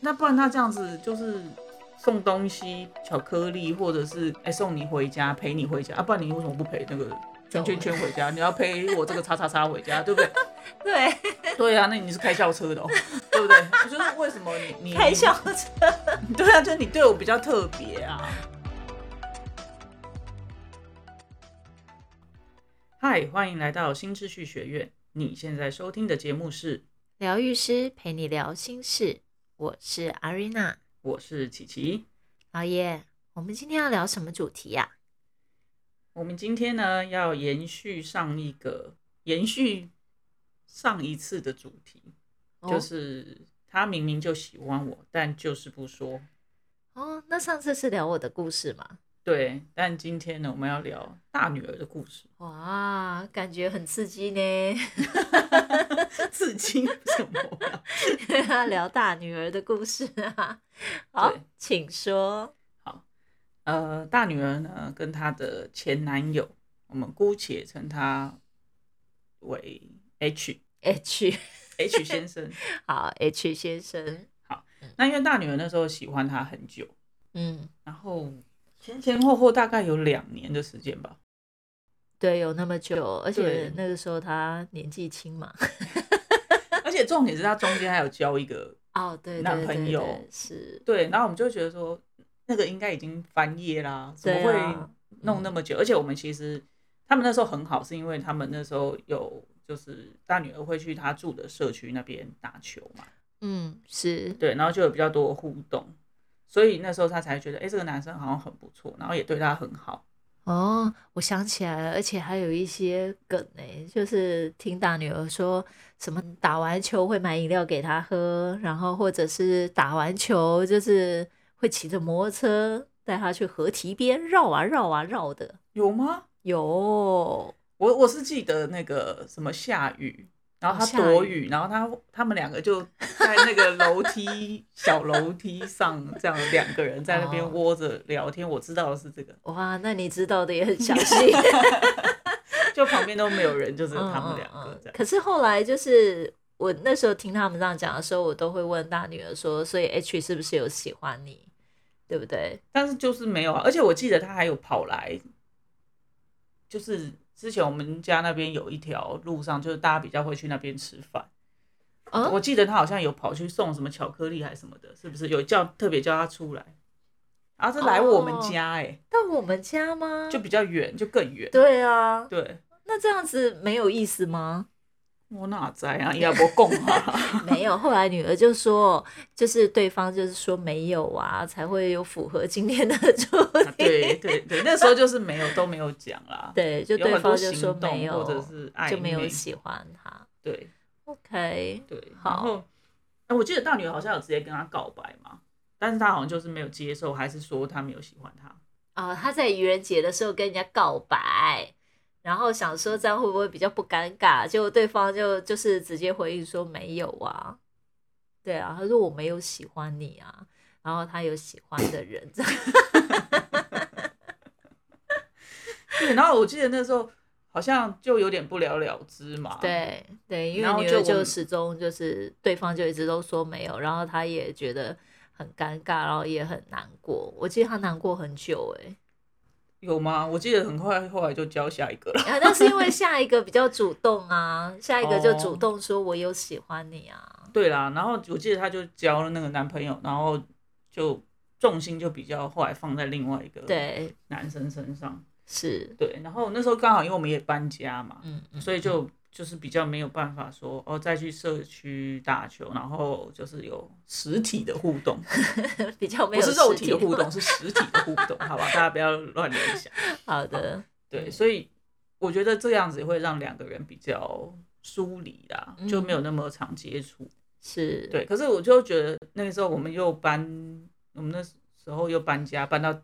那不然他这样子就是送东西、巧克力，或者是哎、送你回家、陪你回家啊？不然你为什么不陪那个圈圈圈回家？你要陪我这个叉叉叉回家，对 不对？ 对，对啊，那你是开校车的、哦，对不对？就是为什么你你开校 车，对啊，就是你对我比较特别啊。嗨，欢迎来到新秩序学院。你现在收听的节目是，疗愈师陪你聊心事，我是阿瑞娜我是琪琪。老爷。我们今天要聊什么主题呀、我们今天呢要延续上一个延续上一次的主题，哦就是他明明就喜欢我，但就是不说。哦，那上次是聊我的故事吗？对，但今天呢，我们要聊大女儿的故事， 哇，感觉很刺激呢！ 至今什么啊、要聊大女儿的故事啊。好对，请说。呃，大女儿呢跟她的前男友，我们姑且称他为 H H， H 先生。好，H 先生，那因为大女儿那时候喜欢他很久，嗯，然后前前后后大概有两年的时间吧。对，有那么久，而对且那个时候他年纪轻嘛。而且重点是他中间还有交一个哦，对，对男朋对对友是， 对，然后我们就觉得说那个应该已经翻页啦，怎么对啊会弄那么久？而且我们其实他们那时候很好，是因为他们那时候有就是大女儿会去她住的社区那边打球嘛，嗯，是，对，然后就有比较多的互动，所以那时候她才觉得哎、诶这个男生好像很不错，然后也对她很好。哦，我想起来了，而且还有一些梗呢、就是听大女儿说什么打完球会买饮料给她喝，然后或者是打完球就是会骑着摩托车带她去河堤边绕啊绕啊绕的。有吗？有，我我是记得那个什么下雨，然后哦他下躲雨雨，然后他他们两个就在那个楼梯小楼梯上，这样两个人在那哦边窝着聊天。我知道的是这个，哇，那你知道的也很详细。就旁边都没有 人，就只有他们嗯两嗯个嗯这样。可是后来就是我那时候听他们这样讲的时候，我都会问大女儿说，所以 H 是不是有喜欢你，对不对？但是就是没有啊，而且我记得他还有跑来，就是之前我们家那边有一条路上，就是大家比较会去那边吃饭。嗯我记得他好像有跑去送什么巧克力还是什么的，是不是有叫特别叫他出来？然后是来我们哦家哎、到我们家吗？就比较远，就更远。对啊，对，那这样子没有意思 吗？我哪在啊？也不共啊。 没有。后来女儿就说，就是对方就是说没有啊，才会有符合今天的主题。啊对对对，那时候就是没有都没有讲啦。 对就有对很多方就行说没动有，或者是暧昧，就没有喜欢他。对 OK，对。好然后，哎，我记得大女儿好像有直接跟他告白嘛，但是她好像就是没有接受，还是说她没有喜欢他。哦，他在愚人节的时候跟人家告白，然后想说这样会不会比较不尴尬？结果对方就就是直接回应说没有啊，对啊，他说我没有喜欢你啊，然后他有喜欢的人，这样对，然后我记得那时候好像就有点不了了之嘛。。对对，因啊然为后女就儿我就们始终就是对方就一直都说没有，然后他也觉得很尴尬，然后也很难过。我记得他难过很久、欸，有吗？我记得很快后来就交下一个了。啊，那是 因为下一个比较主动啊，下一个就主哦动说我有喜欢你啊。对啦，然后我记得她就交了那个男朋友，然后就重心就比较后来放在另外一个对，男生身上。是，对，然后那时候刚好因为我们也搬家嘛，嗯，嗯所以就就是比较没有办法说哦再去社区打球，然后就是有实体的互动，比较没不有是肉实体的互动，嘛。是实体的互动，好吧？大家不要乱联想。好的，对，嗯所以我觉得这样子也会让两个人比较疏离啦，就嗯没有那么常接触。是，，对，可是我就觉得那个时候我们又搬，我们那时候又搬家，搬到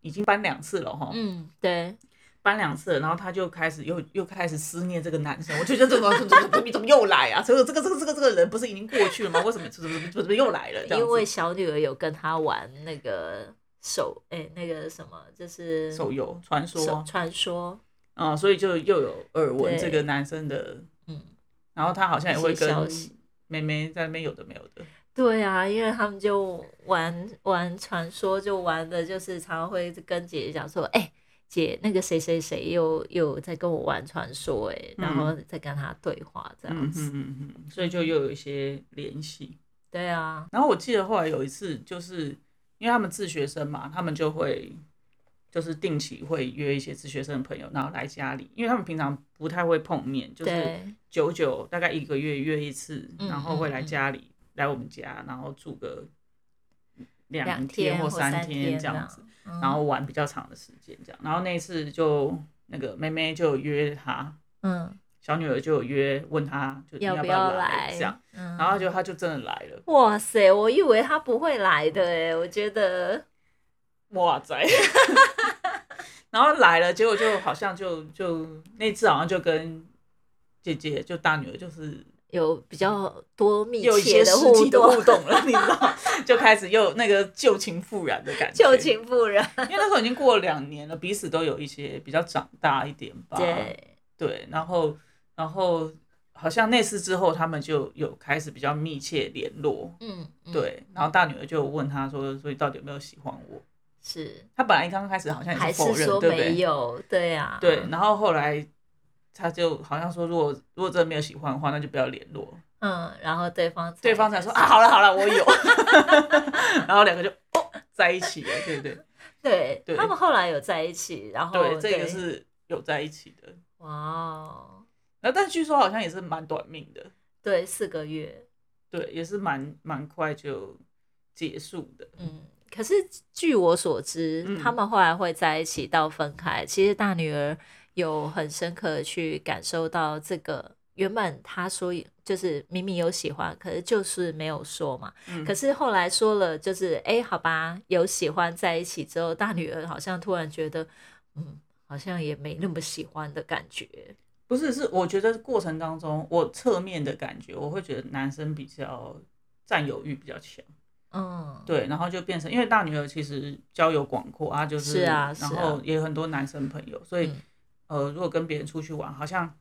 已经搬两次了哈，嗯，对，搬两次了，然后他就开始又又开始思念这个男生，我就觉得这个怎么怎么怎么又来啊？这 个这个这个这个这个人不是已经过去了吗？为什么怎么怎么怎么又来了？这样因为子小女儿有跟他玩那个手，哎、那个什么，就是手游传手说，传说，啊、所以就又有耳闻对这个男生的，嗯，然后他好像也会一些消跟息妹妹在那边有的没有的，对啊，因为他们就玩玩传说，就玩的就是常常会跟姐姐讲说，哎、姐，那个谁谁谁又又在跟我玩传说、哎，然后再跟他对话这样嗯子。嗯嗯嗯，所以就又有一些联系。对啊，然后我记得后来有一次，就是因为他们自学生嘛，他们就会就是定期会约一些自学生的朋友，然后来家里，因为他们平常不太会碰面，就是对，久久大概一个月约一次，嗯然后会来家里、来我们家，然后住个两天或三天这样样子，，嗯然后玩比较长的时间这样。然后那一次就那个妹妹就有约他。嗯，小女儿就有约问他，就你要不要来这样，？嗯，然后就他就真的来了，哇塞，我以为他不会来的哎、我觉得哇塞！ 然后来了，结果就好像就就那次好像就跟姐姐就大女儿就是有比较多密又有一切些的实互际的互动，动了，你 知道，就开始又那个旧情复燃的感觉。 旧，情复燃。因为那时候已经过了两年了，彼此都有一些比较长大一点吧。对，对，然后然后好像那次之后，他们就有开始比较密切联络。嗯，嗯，对，然后大女儿就问他说：“所以到底有没有喜欢我是？”他本来刚开始好像也还否是认，说对不对？没有？对啊，对，然后后来他就好像说，如果如果真的没有喜欢的话，那就不要联络。嗯，然后对方对方才说啊，好了好了，我有。 然后两个就哦在一起了，对不对？对，对他们后来有在一起，然后对，这个是有在一起的。哇哦，然后但据说好像也是蛮短命的，对，四个月，对，也是蛮蛮快就结束的。嗯。可是据我所知，嗯他们后来会在一起到分开。其实大女儿有很深刻的去感受到这个，原本她说就是明明有喜欢，可是就是没有说嘛。嗯可是后来说了，就是哎、诶好吧，有喜欢在一起之后，大女儿好像突然觉得，嗯，好像也没那么喜欢的感觉。不是，是我觉得过程当中，我侧面的感觉，我会觉得男生比较占有欲比较强。嗯，对，然后就变成，因为大女儿其实交友广阔啊，就是啊然是啊后也有很多男生朋友，所以、嗯呃，如果跟别人出去玩，好像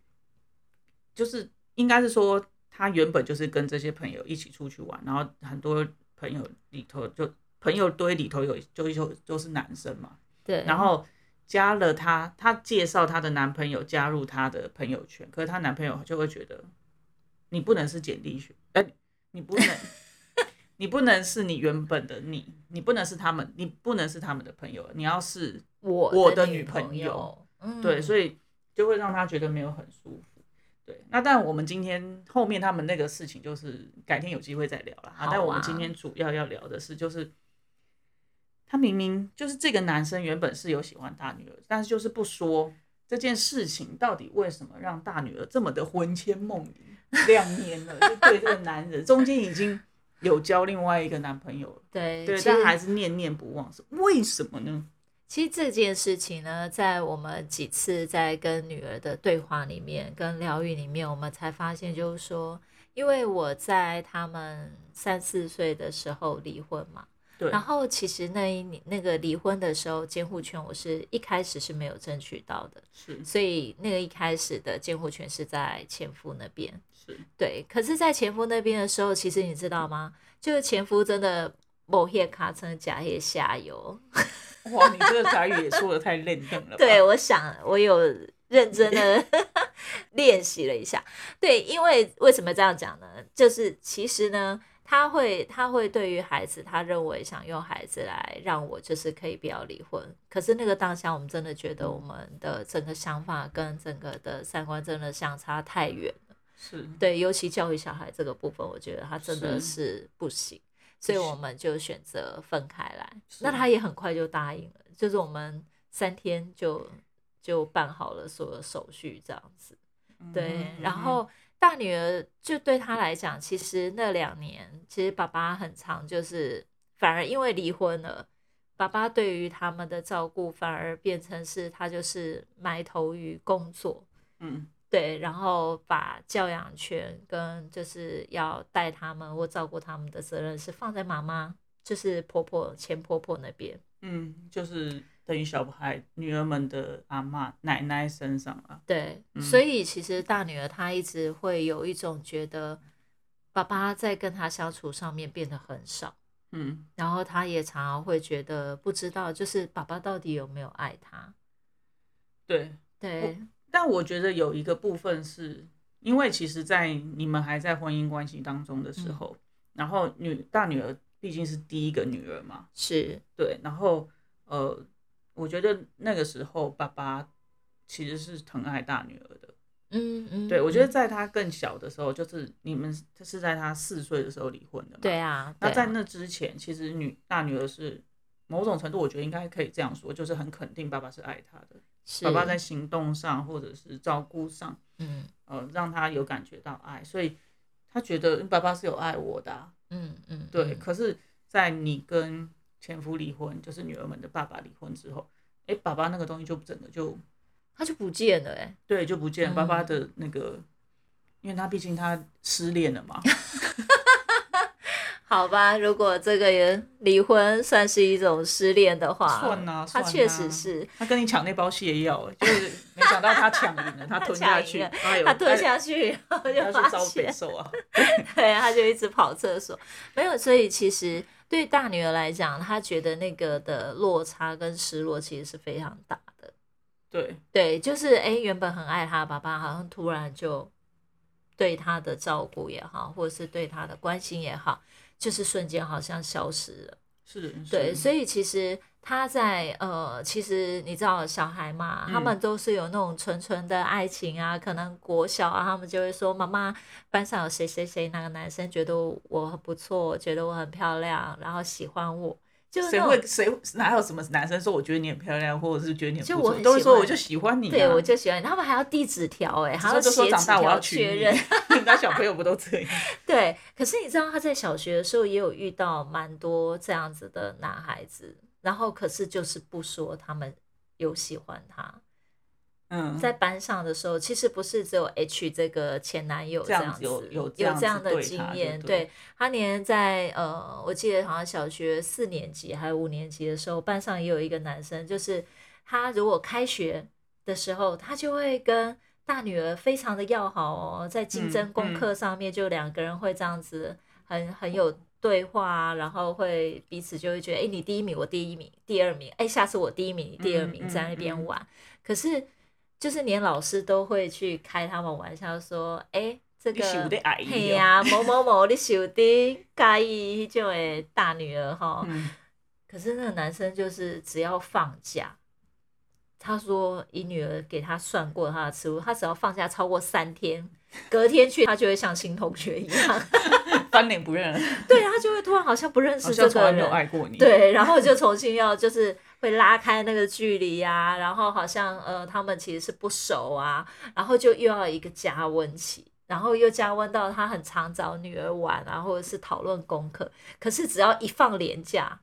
就是应该是说，她原本就是跟这些朋友一起出去玩，然后很多朋友里头就朋友堆里头有就就就是男生嘛，对，然后加了她，她介绍她的男朋友加入她的朋友圈，可是她男朋友就会觉得你不能是简历学，呃，你不能，你不能是你原本的你，你不能是他们，你不能是他们的朋友，你要是我我的女女朋友友，嗯对，所以就会让她觉得没有很舒服。对，那但我们今天后面他们那个事情，就是改天有机会再聊了。好但我们啊今天主要要聊的是，就是他明明就是这个男生原本是有喜欢大女儿，但是就是不说这件事情到底为什么让大女儿这么的魂牵梦萦，两年了，就对这个男人中间已经有交另外一个男朋友了，对对，其但实还是念念不忘，是为什么呢？其实这件事情呢，在我们几次在跟女儿的对话里面，跟疗愈里面，我们才发现，就是说，因为我在他们三四岁的时候离婚嘛，对然，后其实那一年那个离婚的时候，监护权我是一开始是没有争取到的，是所以那个一开始的监护权是在前夫那边。是，对，可是，在前夫那边的时候，其实你知道吗？就是前夫真的某些卡称假也下游，哇，你这个台语也说的太认真了吧，对，我想我有认真的 练习了一下。对，因为为什么这样讲呢？就是其实呢，他会他会对于孩子，他认为想用孩子来让我就是可以不要离婚。可是那个当下，我们真的觉得我们的整个想法跟整个的三观真的相差太远。是对，尤其教育小孩这个部分，我觉得他真的是不行，所以是我们就选择分开来。是那他也很快就答应了，就是我们三天就就办好了所有手续，这样子。对，嗯然后大女儿就对她来讲，其实那两年，其实爸爸很长，就是反而因为离婚了，爸爸对于他们的照顾反而变成是他就是埋头于工作，嗯对，然后把教养权跟就是要带他们或照顾他们的责任是放在妈妈，就是婆婆前婆婆那边。嗯，就是等于小孩女儿们的阿嬷奶奶身上啊，对，嗯所以其实大女儿她一直会有一种觉得，爸爸在跟他相处上面变得很少，嗯，然后他也常常会觉得不知道，就是爸爸到底有没有爱他。对。对，但我觉得有一个部分是因为，其实，在你们还在婚姻关系当中的时嗯候，然后女大女儿毕竟是第一个女儿嘛，是对，然后呃，我觉得那个时候爸爸其实是疼爱大女儿的。嗯嗯，对，我觉得嗯在她更小的时候，就是你们是在她四岁的时候离婚的嘛。对啊，那对在啊那之前，其实女大女儿是某种程度，我觉得应该可以这样说，就是很肯定爸爸是爱她的，是爸爸在行动上或者是照顾上，嗯呃，让她有感觉到爱，所以她觉得嗯爸爸是有爱我的啊、嗯嗯，对。嗯可是，在你跟前夫离婚，就是女儿们的爸爸离婚之后，哎、爸爸那个东西就整个就他就不见了哎，对就不见了，爸爸嗯的那个，因为他毕竟他失恋了嘛，好吧，如果这个人离婚算是一种失恋的话，算啊他算确啊实是，他跟你抢那包泻药，就是没想到他抢赢了，他吞下去，他哎呦，哎他吞下去，然他后就去发 遭现北，受啊，对，他就一直跑厕所，没有，所以其实对大女儿来讲，她觉得那个的落差跟失落其实是非常大的，对对，就是哎，诶原本很爱她的爸爸，好像突然就对她的照顾也好，或者是对她的关心也好，就是瞬间好像消失了。是，对，是所以其实他在呃，其实你知道小孩嘛，他嗯们都是有那种纯纯的爱情啊，可能国小啊，他们就会说妈妈班上有谁谁谁哪个男生觉得我很不错，觉得我很漂亮，然后喜欢我，就是谁那会种谁哪有什么男生说我觉得你很漂亮，或者是觉得你很就不我错，很都会喜说欢我就喜欢你、啊，对我就喜欢你，他们还要递纸条哎、之还后要就说写长纸大我要条娶确你 认。，人家小朋友不都这样？对，可是你知道他在小学的时候也有遇到蛮多这样子的男孩子，然后可是就是不说他们有喜欢他，嗯，在班上的时候其实不是只有 H 这个前男友这样子子有有这有样这样子的对经他就验，对对他连在呃，我记得好像小学四年级还有五年级的时候，班上也有一个男生，就是他如果开学的时候，他就会跟大女儿非常的要好哦，在竞嗯争功嗯课上面就两个人会这样子很很有对话啊，然后会彼此就会觉得，哎，你第一名，我第一名，第二名，哎，下次我第一名，你第二嗯名，嗯在那边嗯玩。可是就是连老师都会去开他们玩笑说，哎、这你是有个在爱伊哦嘿呀、 某某某，你小弟介意就诶大女儿哈。嗯，可是那个男生就是只要放假，他说以女儿给他算过他的次数，他只要放假超过三天，隔天去他就会像新同学 一样，翻脸不认 人，对，啊他就会突然好像不认好识像这从来个没有人，爱过你，，对，然后就重新要就是会拉开那个距离啊，然后好像呃他们其实是不熟啊，然后就又要一个加温期，然后又加温到他很常找女儿玩啊，或者是讨论功课，可是只要一放年假，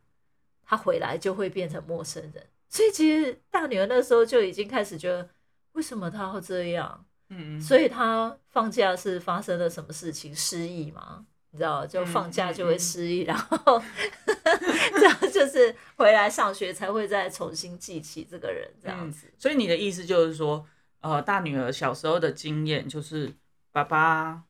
他回来就会变成陌生人，所以其实大女儿那时候就已经开始觉得为什么她要这样，嗯，所以她放假是发生了什么事情失忆吗？你知道，就嗯放假嗯就会嗯失忆，然后 这样就是回来上学才会再重新记起这个人这样子。所以你的意思就是说，呃，大女儿小时候的经验就是，爸爸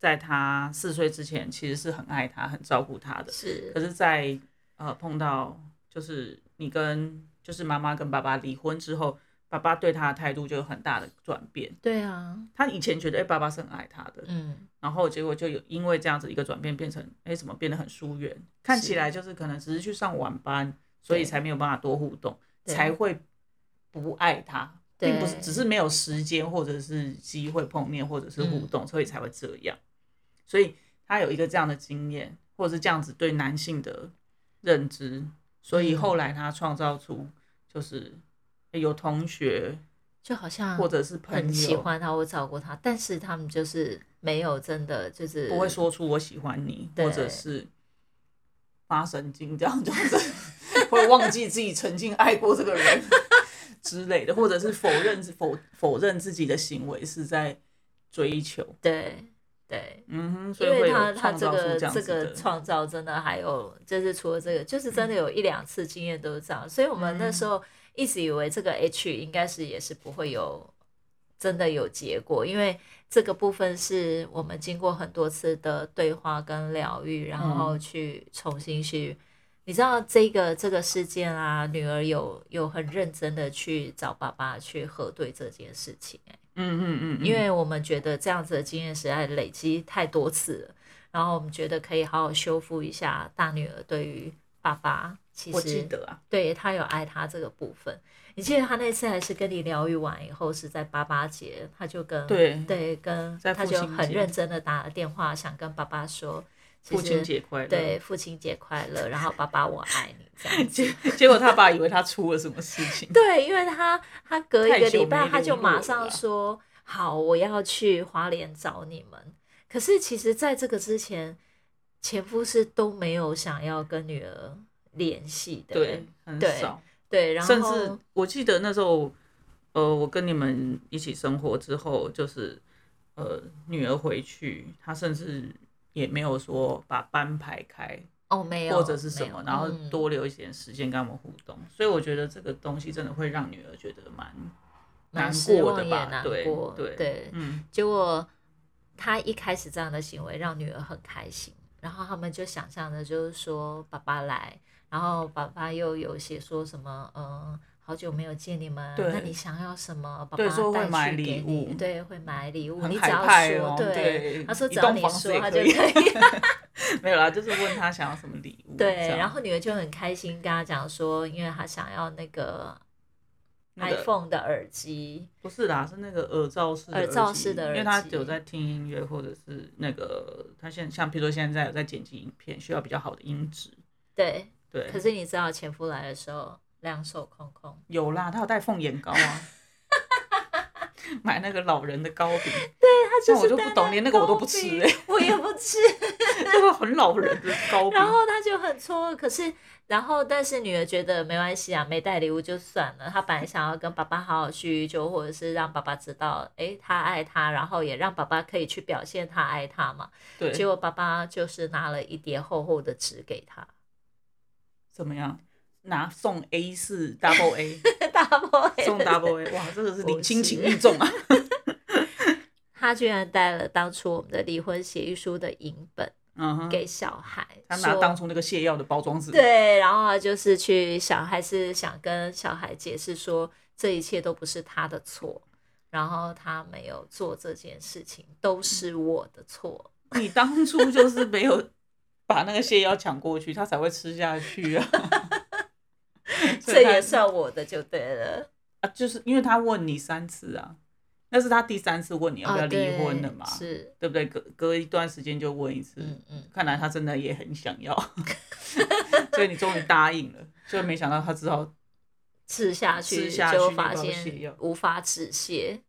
在她四岁之前其实是很爱她、很照顾她的，可是，是在，呃碰到就是你跟就是妈妈跟爸爸离婚之后，爸爸对她的态度就有很大的转变。对啊，他以前觉得哎、爸爸是很爱她的，嗯，然后结果就有因为这样子一个转变，变成哎、诶怎么变得很疏远？看起来就是可能只是去上晚班，所以才没有办法多互动，对才会不爱他，对并不是只是没有时间或者是机会碰面或者是嗯互动，所以才会这样。所以他有一个这样的经验，或者是这样子对男性的认知，所以嗯后来他创造出就是诶有同学就好像或者是朋友很喜欢他，我照顾他，但是他们就是没有真的就是不会说出我喜欢你，对或者是发神经这样，就是 会忘记自己曾经爱过这个人 之类的，或者是否认否否认自己的行为是在追求。对对，嗯哼，所因以会为有他他创这造出个这样这子的。个创造真的还有就是除了这个，就是真的有一两次经验嗯都是这样，所以我们那时候一直以为这个 H 应该是也是不会有真的有结果，因为这个部分是我们经过很多次的对话跟疗愈，然后去重新去，你知道这个这个事件啊，女儿有有很认真的去找爸爸去核对这件事情、欸，嗯嗯嗯嗯，因为我们觉得这样子的经验实在累积太多次了，然后我们觉得可以好好修复一下大女儿对于爸爸，其我记实得啊，对她有爱他这个部分。你记得她那次还是跟你疗愈完以后是在八八节，她就跟对嗯对跟在她父就亲很节认真的打了电话，想跟爸爸说，其父亲实节快乐。对父亲节快乐，然后爸爸我爱你这样子。，结 结果他爸以为他出了什么事情对，因为他他隔一太个久礼拜没他联就络马了上啦说好，我要去花莲找你们。可是其实在这个之前，前夫是都没有想要跟女儿联系的。对，很对少，对，然后甚至我记得那时候，呃，我跟你们一起生活之后，就是呃，女儿回去，她甚至也没有说把班排开哦没有或者是没什有么，然后嗯多留一点时间跟他们互动，所以我觉得这个东西真的会让女儿觉得蛮蛮难失过望的也吧？难对过对对嗯，结果他一开始这样的行为让女儿很开心，然后他们就想象着就是说爸爸来，然后爸爸又有写说什么嗯。好久没有见你们，对那你想要什么？爸对爸说会带买去给礼你物对，会买礼物。很你只海要派说，哦对他说一只要栋你房子说，也他就可可以以。 没有啦，就是问她想要什么礼物这样，对，然后女儿就很开心，跟他讲说，因为她想要那个那个 iPhone 的耳机。不是啦，是那个耳罩式的耳罩式机的耳因为他机有在听音乐，或者是那个他现像譬如说现在有在剪辑影片，需要比较好的音质。对，对，可是你知道前夫来的时候，两手空空。有啦，他有戴凤眼膏啊，买那个老人的糕饼，就像我是就不蛋懂蛋连那个我都糕不吃饼欸 我也不吃。这个很老人的糕饼然。后他就很错愕，可是然后但是女儿觉得没关系啊，没带礼物就算了。她本来想要跟爸爸好好叙旧，或者是让爸爸知道，诶，她爱他，然后也让爸爸可以去表现她爱他嘛。对，结果爸爸就是拿了一叠厚厚的纸给她，怎么样？拿送 A 四 double A，大包黑送的 double A，哇，这个 是不你亲是情义 重啊！他居然带了当初我们的离婚协议书的影本嗯哼，给小孩，他拿说当初那个泻药的包装纸，对，然后他就是去小孩是想跟小孩解释说，这一切都不是他的错，然后他没有做这件事情，都是我的错。 你当初就是没有把那个泻药抢过去，他才会吃下去 啊。所这以他也算我的就对了。啊，就是因为他问你三次啊，那是他第三次问你要不要哦离对婚了嘛，是，对不对？隔隔一段时间就问一次，嗯嗯，看来他真的也很想要， 所以你终于答应了，就没想到他只好吃下去吃下就去发然后泻现药无法止泻。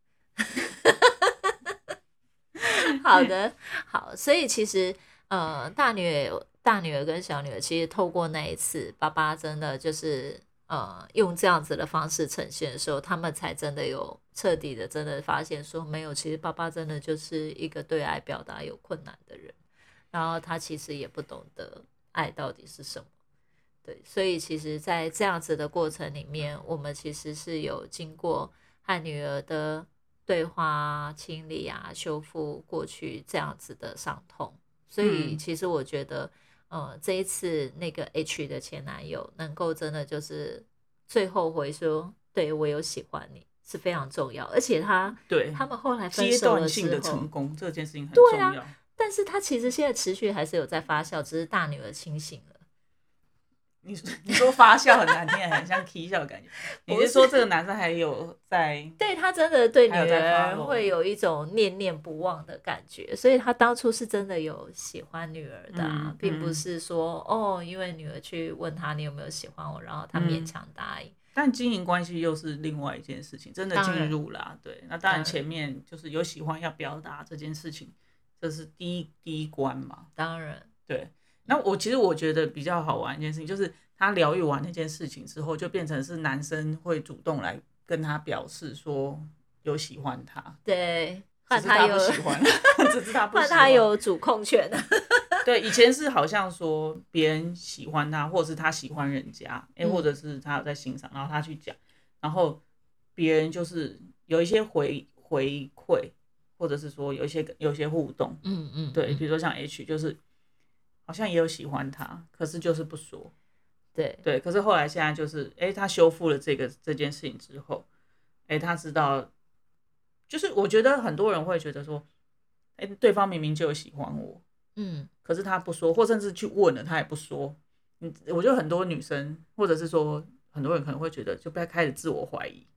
好的，好，所以其实呃，大女儿、大女儿跟小女儿其实透过那一次，爸爸真的就是呃，用这样子的方式呈现的时候，他们才真的有彻底的真的发现说，没有，其实爸爸真的就是一个对爱表达有困难的人，然后他其实也不懂得爱到底是什么。对，所以其实，在这样子的过程里面，我们其实是有经过和女儿的对话啊、清理啊、修复过去这样子的伤痛。所以，嗯其实我觉得，呃，这一次那个 H 的前男友能够真的就是最后回说，对我有喜欢你是非常重要，而且他对他们后来分嗯阶手了段性之的后成，功这件事情很对重啊要。但是他其实现在持续还是有在发酵，只是大女儿清醒了。你说你说发酵很难听，很像 k 笑的感觉。你是说这个男生还有在？对他真的对女还有在儿 follow 会有一种念念不忘的感觉，所以他当初是真的有喜欢女儿的、啊，嗯并不嗯是说哦，因为女儿去问他你有没有喜欢我，然后他嗯勉强答应。但经营关系又是另外一件事情，真的当然进入啦。对，那当当然然前面就是有喜欢要表达这件事情，这是第一第一关嘛。当然，对，那我其实我觉得比较好玩一件事情，就是他疗愈完那件事情之后，就变成是男生会主动来跟他表示说有喜欢他，对，只换是他有不，喜 欢， 只是他不换喜他欢。有主控权。啊 对，以前是好像说别人喜欢他，或者是他喜欢人家，哎、嗯或者是他有在欣赏，然后他去讲，然后别人就是有一些回回馈，或者是说有一些有一些互动。嗯嗯，对，嗯比如说像 H，就是好像也有喜欢他，可是就是不说。对对，可是后来现在就是，哎、他修复了这个这件事情之后，哎、他知道，就是我觉得很多人会觉得说，哎、对方明明就有喜欢我，嗯可是他不说，或甚至去问了他也不说。嗯，我觉得很多女生，或者是说很多人可能会觉得，就不要开始自我怀疑，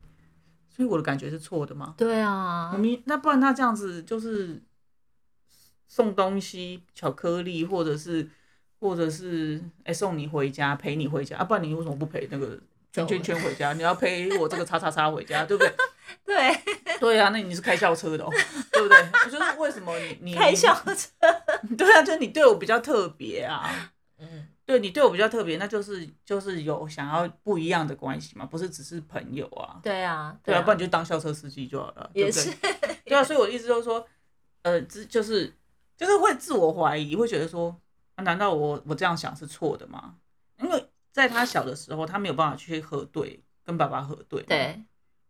所以我的感觉是错的吗？对啊我，明那不然他这样子就是送东西、巧克力，或者是或者是哎、送你回家，陪你回家啊，不然你为什么不陪那个圈圈圈回家？你要陪我这个叉叉叉回家，对不对？对，对啊，那你是开校车的、哦，对不对？我就是为什么 你你开校车， 对啊，就是你对我比较特别啊，嗯对你对我比较特别，那就是就是有想要不一样的关系嘛，不是只是朋友啊。对啊，对啊，啊，不然你就当校车司机就好了，对也不对是？对啊，所以我的意思就是说，呃，这就是就是会自我怀疑，会觉得说，啊难道我我这样想是错的吗？因为在他小的时候，他没有办法去核对，跟爸爸核对。对，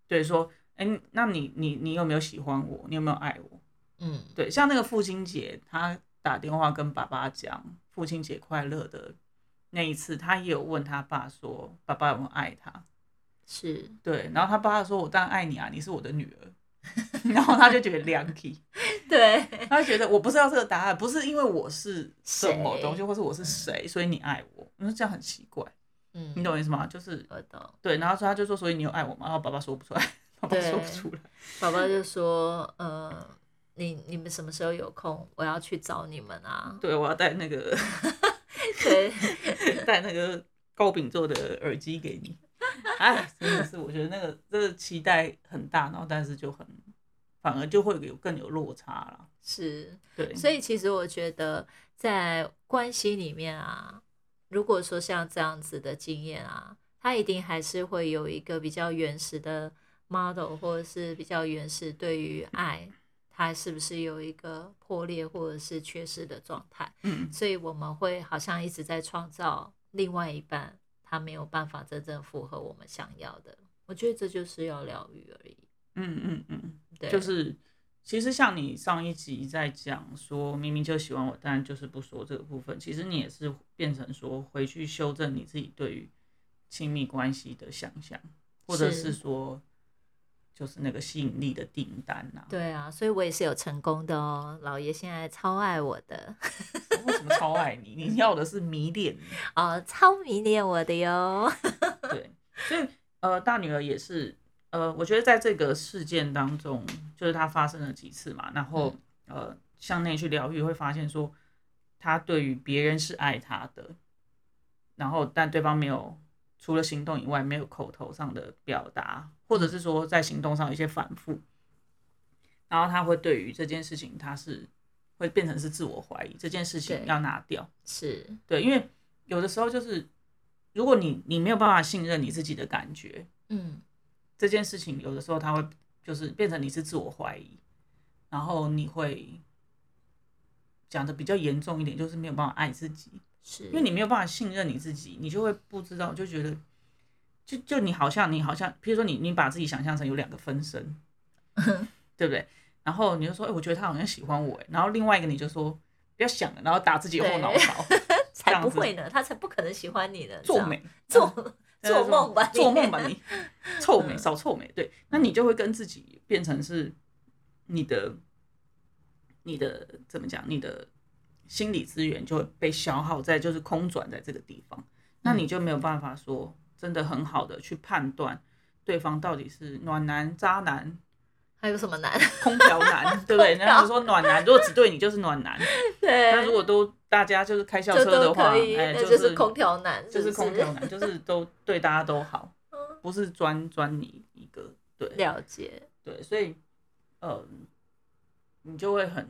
对，说，哎、那你你你有没有喜欢我？你有没有爱我？嗯对，像那个父亲节，他打电话跟爸爸讲父亲节快乐的那一次，他也有问他爸说，爸爸有没有爱他？是，对，然后他爸说，我当然爱你啊，你是我的女儿。 然后他就觉得两体。对他会觉得我不是要这个答案，不是因为我是什么东西，谁或是我是谁，所以你爱我。你说这样很奇怪，嗯，你懂我意思吗？就是我懂。对，然后说他就说，所以你有爱我吗？然后爸爸说不出来， 爸爸对说不出来。宝宝就说，呃，你你们什么时候有空？我要去找你们啊。 对，我要带那个对， 带那个糕饼做的耳机给你。哎，真的是，我觉得那个这个期待很大，然后但是就很反而就会有更有落差了。是。对，所以其实我觉得，在关系里面啊，如果说像这样子的经验啊，它一定还是会有一个比较原始的 model，或者是比较原始对于爱，它是不是有一个破裂或者是缺失的状态？嗯，所以我们会好像一直在创造另外一半，他没有办法真正符合我们想要的。我觉得这就是要疗愈而已。嗯嗯嗯。对，就是其实像你上一集在讲说，明明就喜欢我，但就是不说这个部分，其实你也是变成说回去修正你自己对于亲密关系的想象，或者是是说就是那个吸引力的订单呐、对啊，所以我也是有成功的哦。老爷现在超爱我的， 为什么超爱你？你要的是迷恋你。哦，超迷恋我的哟。 对，所以呃，大女儿也是呃，我觉得在这个事件当中，就是她发生了几次嘛，然后呃，向内去疗愈，会发现说，她对于别人是爱她的，然后但对方没有除了行动以外，没有口头上的表达，或者是说在行动上有一些反复，然后她会对于这件事情，她是会变成是自我怀疑，这件事情对要拿掉。是，对，因为有的时候就是，如果你你没有办法信任你自己的感觉，嗯，这件事情有的时候它会就是变成你是自我怀疑，然后你会讲的比较严重一点，就是没有办法爱自己，是，因为你没有办法信任你自己，你就会不知道，就觉得。就就你好像你好像，譬如说你你把自己想象成有两个分身， 对不对？然后你就说，哎、我觉得他好像喜欢我，哎然后另外一个你就说不要想了，然后打自己后脑对勺，这才样不子会呢，他才不可能喜欢你呢。做 这样美，嗯做做梦吧，嗯做梦吧你，臭美少臭美，对，那你就会跟自己变成是你的你的怎么讲，你的心理资源就会被消耗在就是空转在这个地方，那嗯你就没有办法说真的很好的去判断对方到底是暖男、渣男、 还有什么 难？空调 男，对不对？人家都说暖男，如果只对你就是暖男，但如对，果都大家就是开校就车的都话，可以，哎，那就就是空调男，就是不空调 男，就是都对大家都好嗯，不是专专你一个，对了解，对，所以呃，你就会很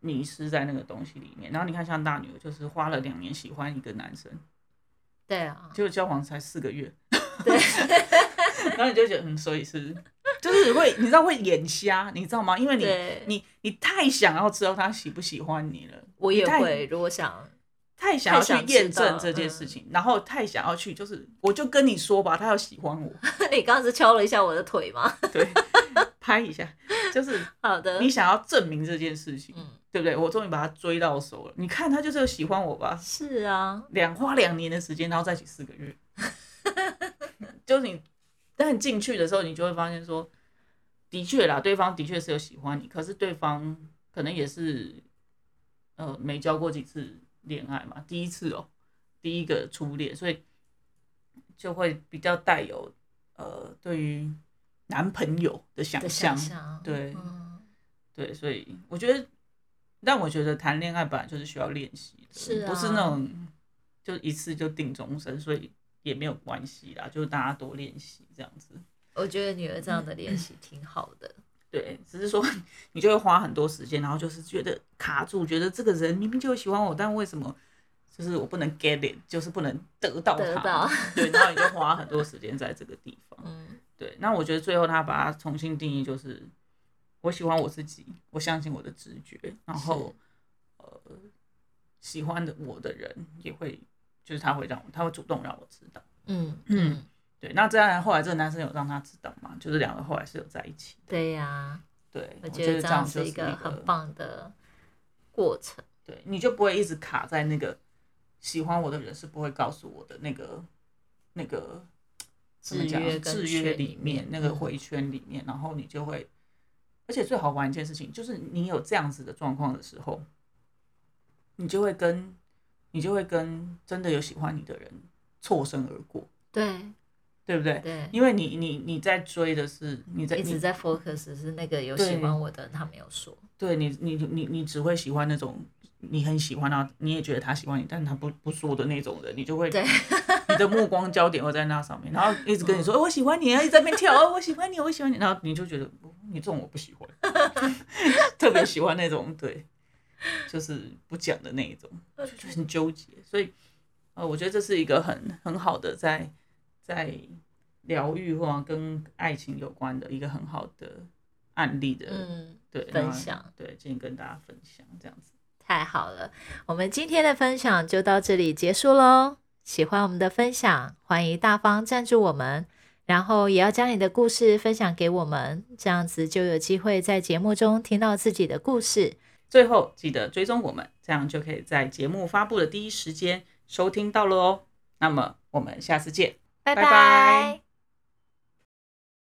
迷失在那个东西里面。然后你看，像大女儿就是花了两年喜欢一个男生，对啊，结果交往才四个月，对， 然后你就觉得嗯，所以是就是会，你知道会眼瞎，你知道吗？因为你对，你你太想要知道他喜不喜欢你了，我你也太会，如果想 太想要去太想知道嗯验证这件事情，然后太想要去，就是我就跟你说吧，他要喜欢我，你刚刚是敲了一下我的腿吗？ 对， 拍一下，就是好的你，想要证明这件事情，嗯对不对？我终于把他追到手了，你看他就是有喜欢我吧？是啊，两花两年的时间，然后在一起四个月， 就是你，但你进去的时候，你就会发现说，的确啦，对方的确是有喜欢你，可是对方可能也是，呃，没交过几次恋爱嘛，第一次哦、第一个初恋，所以就会比较带有呃对于男朋友的想的象想，象，对嗯，对，所以我觉得，但我觉得谈恋爱本来就是需要练习的，是啊不是那种就一次就定终身，所以也没有关系啦，就是大家多练习这样子。我觉得你儿这样的练习挺好的，对，只是说 你就会花很多时间，然后就是觉得卡住，觉得这个人明明就喜欢我，但为什么就是我不能 get it，就是不能得到他？得到对，然后你就花很多时间在这个地方。嗯，对，那我觉得最后他把它重新定义就是，我喜欢我自己，我相信我的直觉，然后呃，喜欢的我的人也会，就是他会让我，他会主动让我知道。嗯嗯，对，那这样后来这个男生有让他知道嘛？就是两个后来是有在一起的。对呀、对，我我觉得这这样样就是是一个很个棒的过程。对，你就不会一直卡在那个喜欢我的人是不会告诉我的那个那个怎么制讲啊约跟制约圈里里面面那个嗯回圈里面，然后你就会，而且最好玩一件事情就是你有这样子的状况的时候，你就会跟你就会跟真的有喜欢你的人错身而过，对对不对？对，因为你你你在追的是你在一你直在 focus 是那个有喜欢我的人，他没有说。对你，你你你只会喜欢那种你很喜欢啊，你也觉得他喜欢你，但是他不不说的那种人，你就会对你的目光焦点会在那上面，然后一直跟嗯你说、哦我喜欢你，然后一直在那边跳，哦我喜欢你，我喜欢你，然后你就觉得哦你这种我不喜欢， 特别喜欢那种对，就是不讲的那一种，就就很纠结。所以呃，我觉得这是一个很很好的在在疗愈或跟爱情有关的一个很好的案例的。嗯，对分那享对，今天跟大家分享这样子。太好了，我们今天的分享就到这里结束喽。喜欢我们的分享，欢迎大方赞助我们，然后也要将你的故事分享给我们，这样子就有机会在节目中听到自己的故事。最后记得追踪我们，这样就可以在节目发布的第一时间收听到了哦。那么我们下次见。拜拜拜